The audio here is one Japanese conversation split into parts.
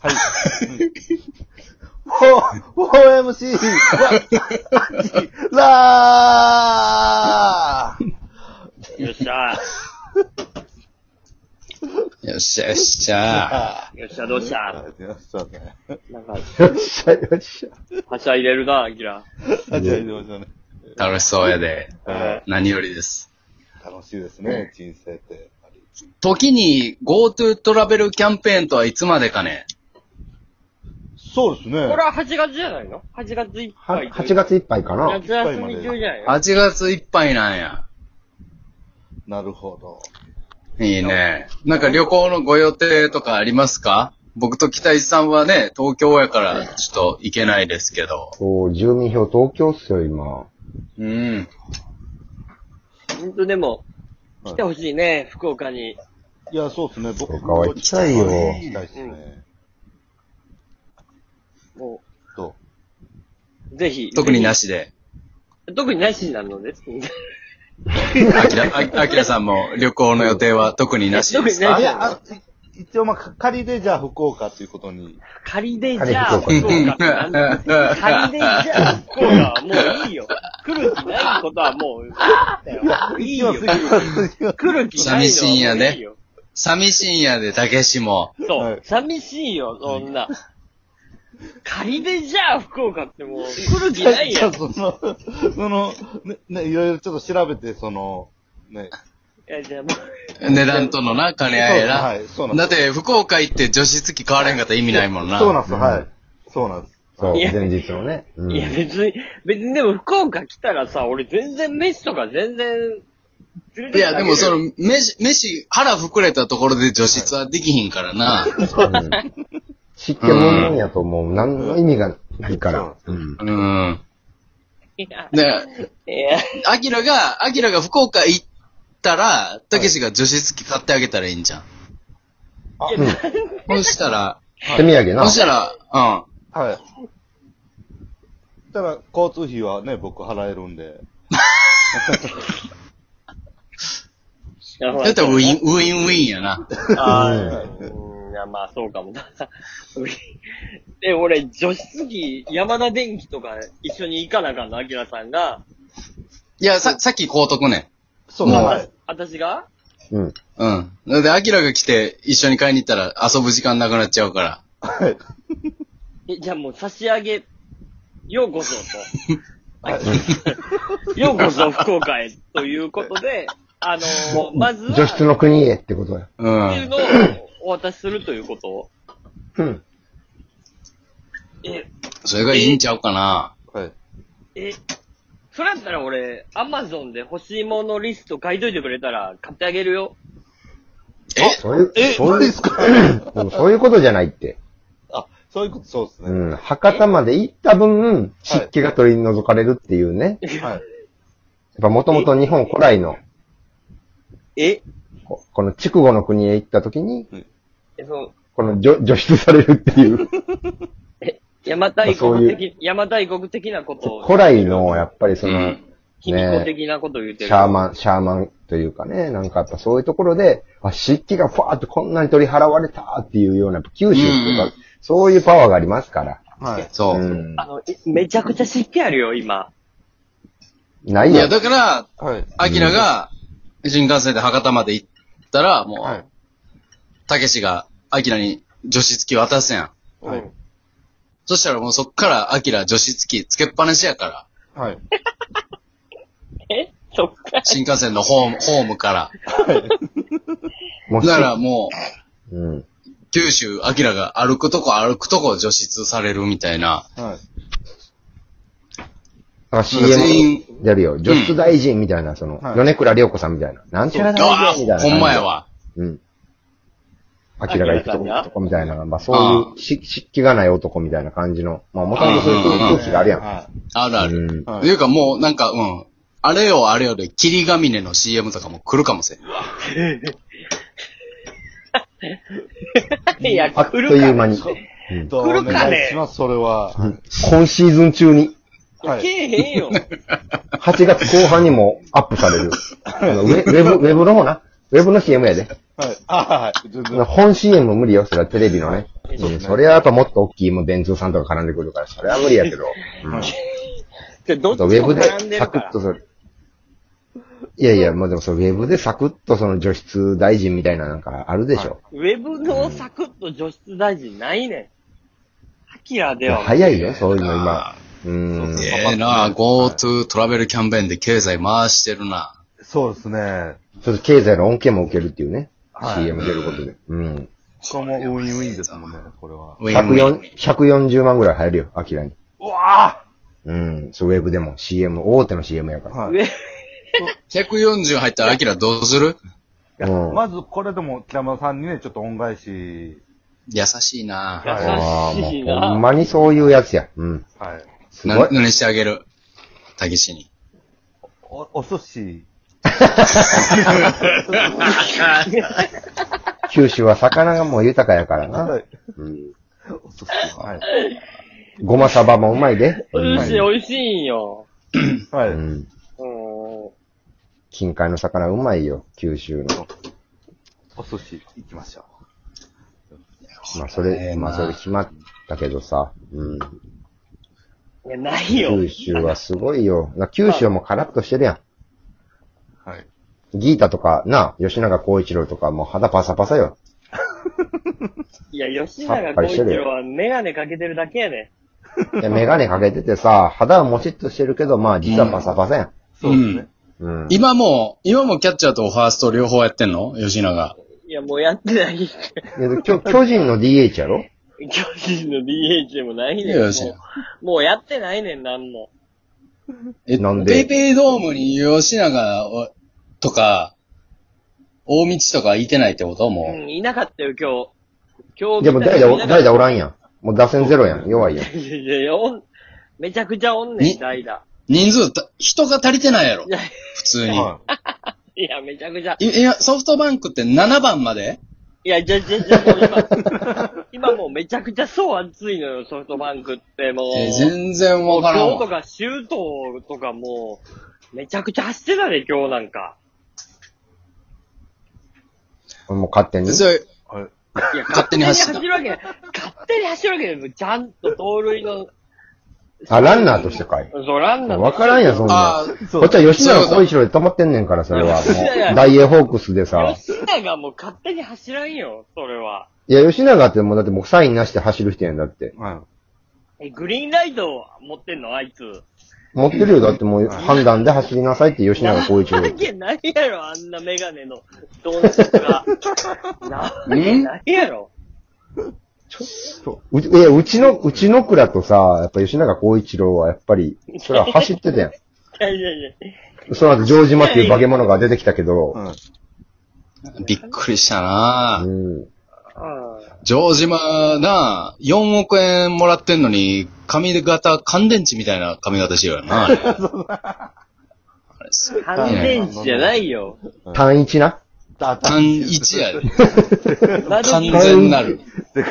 はい。 4MC、ラーよっしゃよっしゃよっし ゃ。ー。よっしゃ、どうしたよっしゃね。なんか、よっしゃ、よっしはしゃいでるな、アキラ。ゃ。じゃあ、移動しね。楽しそうやで。は何よりです。楽しいですね、人生って。やっぱり時に GoTo トラベルキャンペーンとはいつまでかね。そうですねこれ。は8月じゃないの ?8 月いっはぱい。 8。月いっぱいかな。夏休み中じゃないの8月いっぱいなんや。なるほど。いいね。なんか旅行のご予定とかありますか僕と北石さんはね、東京やからちょっと行けないですけど。そう、住民票東京っすよ、今。うん。ほんとでも、来てほしいね、福岡に。いや、そうですね。僕かわいい行きたいよ。行行ききたたいですね。もと、う、ぜひ。特になし。しで。特になしなのです。あきら、あきらさんも旅行の予定は特になしです特かあ、いになしや、あ、い一応、まあ、か仮でじゃあ福岡ということに。 仮でじゃあ、仮福岡ってなんだ 仮でじゃあ、福岡はもういいよ。来る気ないことはもう、だ よいいよ。一応次は来る気ないのはもういいよ。寂しいんやね寂しいんやで、たけしも。そう、はい寂しいよ、そんな。仮でじゃあ、福岡ってもう、来る気ないやん。いその、その、ね、ね、いろいろちょっと調べて、その、ね。や、じゃあも値段とのな、兼ね合いやな。はいそうなんだでっすて、福岡行って女子付き変われんかったら意味ないもんな。そうなんです、うんはい。そうなんです。そう、いや前日のね。うう、んいや、別に、別にでも福岡来たらさ、俺全然飯とか全然、連れいてってあげるよや、でもその、飯、飯、腹膨れたところで女子ツアーできひんからな。うん知ってもんなんやと思う。何の意味がないから。うん。うん。いや、で、いやアキラが、アキラが福岡行ったら、たけしが女子付き買ってあげたらいいんじゃん。うそんしたら、手土産なそ。したら、うん。はい。ただ、交通費はね、僕払えるんで。だったらウィン、ウィンウィンやな。あーうんいや、まあ、そうかもな。で、俺、女子好き、山田電機とか一緒に行かなあかんの、アキラさんが。いや、さ、さっき買うとくねそうう、んはい。私がうん。ん。うん。で、アキラが来て一緒に買いに行ったら遊ぶ時間なくなっちゃうから。はい。え、じゃあもう差し上げ、ようこそ と。 ようこそ福岡へということで、あのー、まずは、女子の国へってことや。う。っていうんのをお渡しするということうん。え、それがいいんちゃうかな。はい。え、それやったら俺、アマゾンで欲しいものリスト書いといてくれたら買ってあげるよ。そういう、え、そうそういでう、すかでもそういうことじゃないって。あ、そういうこと、そうですうね。ん。博多まで行った分、湿気が取り除かれるっていうね。やっはい。ぱもともと日本古来の、えここの筑後の国へ行った時に、え、その、この除除出されるっていう。邪馬台そう国い的、邪馬台国的なことを、古来の、やっぱりそうのん、卑弥呼的なことを言ってシる。ャーマン、シャーマンというかね、なんかやっぱそういうところで、あ、湿気がふわーっとこんなに取り払われたっていうような、やっぱ九州とうんうか、んそういうパワーがありますから。はい。そう。うんあの、いめちゃくちゃ湿気あるよ、今。ないいや、や。だから、はい。アキラが新幹線で博多まで行ったら、も、。はいうたけしがアキラに女子付き渡すやん。はい。そしたらもうそっからアキラ女子付きつけっぱなしやから。はい。えそっか。新幹線のホーム、ホームから。もうだからもうん。う、九州、アキラが歩くとこ歩くとこ除湿されるみたいな。はい。だから全 CM 員やるよ。除湿大臣みたいな、その、はい米倉涼子さんみたいな。なんちゃら大ああ、臣みたいな。ほんまや。わ。うん。アキラが行くと明らかこにな行くとこみたいな、まあそういうし湿気がない男みたいな感じの、まあもともとそういう空気があるやん。はあるある。うんはいっていうかもうなんか、うん。あれよあれよで、霧ヶ峰の CM とかも来るかもしれん。いや、あっと来るいうか間ね。に。ちょっうんと、お来るかね願いします、それは。今シーズン中に、は来い。えへんよ。 8月後半にもアップされる。あのウェウェブ、ウェブの方な。ウェブの CM やで。はい。あはい。全然。本 CM も無理よ、それはテレビのね。そううでん、それはやっぱもっと大きいもう電通さんとか絡んでくるから、それは無理やけど。うん、あで、どっちともウェブで並んでサるクかッらと。それ。いやいや、まあでもそのウェブでサクッとその除湿大臣みたいななんかあるでしょ。ウェブのサクッと除湿大臣ないねん。アキラではもう。早いよ、そういうの今。うん。ええな GoTo トラベルキャンペーンで経済回してるな。そうですね。ちょっと経済の恩恵も受けるっていうね。はい CM 出ることで。うん。これもウィンウィンですもんね、これは。ウィンウィン。 104 140万ぐらい入るよ、アキラに。うわうん。そう、ウェブでも CM、大手の CM やかぁら。はウェ140入ったらアキラどうするい。うんまずこれでも、北村さんにね、ちょっと恩返し。優しいな優ああ、もしいうほんな。まにそういうやつや。うん。はい。すご。ない何してあげるたけしに。お、お寿司。九州は魚がもう豊かやからな。い。うん。お寿司。はい。ごまさばもうまいで。美味しい、うん美味しいんよ。はうい。ん。うーん。近海の魚うまいよ、九州の。お寿司、行きましょまあそえれ、えなまあそれ決まったけどさ。うん。いや、ないよ。九州はすごいよ。な九州はもうカラッとしてるやん。う。はい。ギータとか、な、吉永光一郎とか、もう肌パサパサよ。いや、吉永小一郎はメガネかけてるだけやねでメガネかけててさ、肌はもちっとしてるけど、まあ実はパサパサやん。そうですね。うん。今もう、今もキャッチャーとファースト両方やってんの吉永。ん。いや、もうやってない。えっと巨巨人の DH やろ巨人の DH でもないねん。もよしうもうやってないねん、なんも。えなんペでイペイドームに吉永をとか、大道とかいてないってこともう。うん、いなかったよ、今日。今日でも見た代らい打、なか代った打おらんやん。もう打線ゼロやん。弱いやん。いやいやいや、おんめちゃくちゃおんねん、に代打。人数た、人が足りてないやろい。や、普通に。はい。いや、めちゃくちゃ。いいや、ソフトバンクって7番までいや、じゃ、じゃ、じゃ、もう今、 今もうめちゃくちゃそう熱いのよ、ソフトバンクって、もう。えー全然もわうからん今日とわ。か、シュートとかもう、めちゃくちゃ走ってたで、今日なんか。もう勝手に。それはい。いや、 勝手に走ってた勝手に走るわけない。勝手に走るわけないもう。ちゃんと盗塁の、あ、ランナーとしてかい。そう、ランナーわからんやん、そんなあん。ーそこっちは吉そう永そう小一郎で止まってんねんから、それは。いやいやもう、ダイエーホークスでさ。吉田がもう勝手に走らんよ、それは。いや、吉永ってもうだってもうサインなしで走る人やんだって。はえ、グリーンライト持ってんのあいつ。持ってるよ、だってもう判断で走りなさいって吉永小一郎なっわて。けないやろ、あんなメガネのドンス が。なわけないやろ。うち、え、うちの、うちの倉とさ、やっぱ吉永小一郎はやっぱり、それは走ってたやん。いやいやいや。その後、城島っていう化け物が出てきたけどい。、はい。びっくりしたなうぁ。ん。う城島なぁ、4億円もらってんのに、髪型、乾電池みたいな髪型しようよな。あ れあれすごいん。乾電池じゃないよ。単一な。だだ単一 やで。今完時、全なる。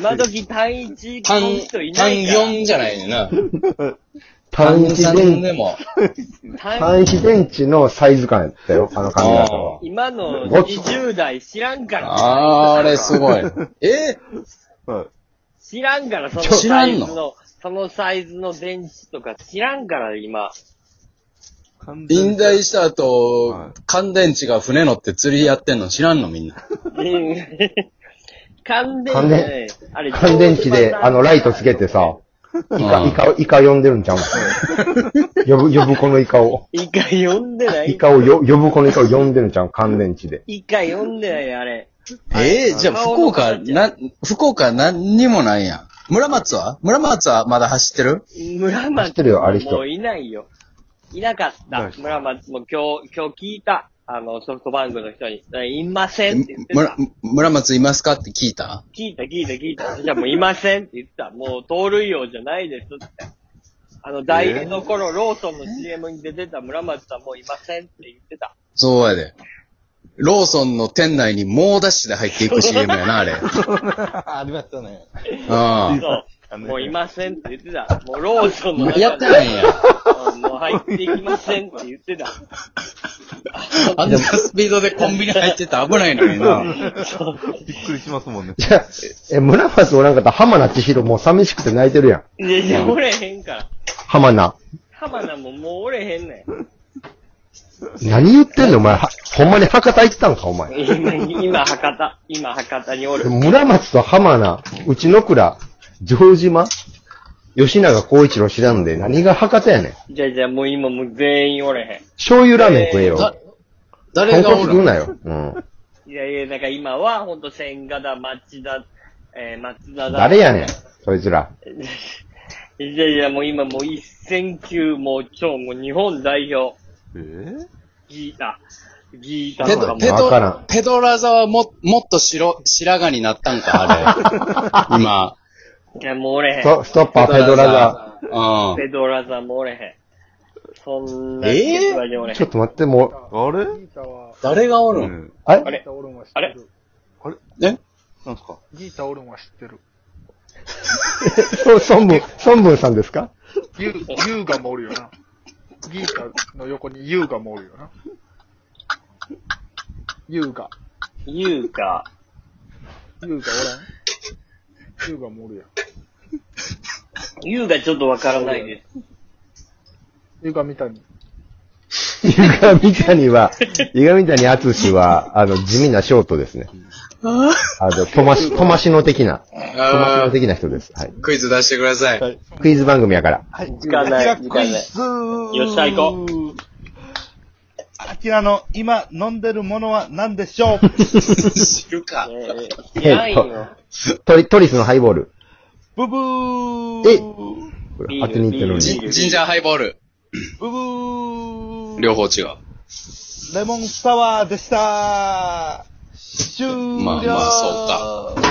今時単一単買う人い、な単いから。 4じゃないねんな。単一3電でも。単単一電池のサイズ感やったよ、あの髪型は。今のごつ20代知らんから。あーあれす ごい。えはい。知らんから、そのちょ知サらイんのズの、そのサイズの電池とか知らんから、今。 完全引に退した後、はい乾電池が船乗って釣りやってんの知らんのみんな。乾電乾電池、あれ乾電池で、あの、ライトつけてさ、イカ、うんイカ、イカ呼んでるんちゃう 呼ぶ、呼ぶ子のイカを。イカ呼んでないイカをよ、呼ぶ子のイカを呼んでるんちゃう乾電池で。イカ呼んでない、あれ。ええじゃああの福岡、な、福岡何にもないやん。村松は村松はまだ走ってる村松。知ってるよあれ人もういないよ。いなかった。村松も今日、今日聞いた。あの、ソフトバンクの人に、いませんって言ってた村。、村松いますかって聞いた聞いた聞いた聞いた。じゃあもういませんって言った。もう盗塁王じゃないですって。あの、大学の頃、ローソンの CM に出てた村松さんもういませんって言ってた。そうやで。ローソンの店内に猛ダッシュで入っていく CM やな、あれ。ありましたね。うそう。もういませんって言ってた。もうローソンのん。中にやってないんや。うんもう入っていきませんって言ってた。あんなスピードでコンビニ入ってたら危ないのにな。びっくりしますもんね。じゃあ、え、村松おらんかったら浜名千尋もう寂しくて泣いてるやん。いやいや、おれへんから。浜名。浜名ももうおれへんね何言ってんのお前、はほんまに博多行ってたんかお前。ん。 今、今博多。今、博多におる。村松と浜名、内野倉、城島、吉永光一郎知らんで、何が博多やねん。じゃじゃもう今もう全員おれ醤油ラーメン食えよ。だ誰豚が骨お食うるなよ。うん。へん。いやいや、なんか今は、ほんと、千賀だ、町田、えー、松田だ。誰やねん、そいつら。いやいや、もう今もう一戦級、もう超、もう日本代表、えー、ギータ、ギータペとかド、もペわからドん、ペドラザはも、もっと白、白髪になったんか、あれ。今。いや、もうおれへスん。トストッパー、ペドラザザ。うん。ペドラザもおれへん。そんな、えーケツはにおれへちょっん。と待って、もう、あれギータは、誰がおうるんん。あギれータオルンは知ってあれる。ねなんすかギータオルンは知ってる。 そう、孫文、孫文さんですかユー、ユーガもおるよな。ギータの横にユーガもおるよな。ユーガ。言うか、ユーガおらんユーガもおるやん。言うがちょっとわからないです。ユーガみたいに。伊賀三谷は、伊賀三谷敦は、あの、地味なショートですね。あの、とまし、とましの的な、とましのあー的な人です。はい。クイズ出してください。クイズ番組やから。はい。時間ない時間ないよっしゃ行こう。アキラの今飲んでるものは何でしょう 知るか。えー、知らんよ。トリ、トリスのハイボール。ブブーえブこれビー当ルてに行ってるのビに。ールジンジャーハイボール。ブー両方違う。レモンサワーでした終了まあまあそうか。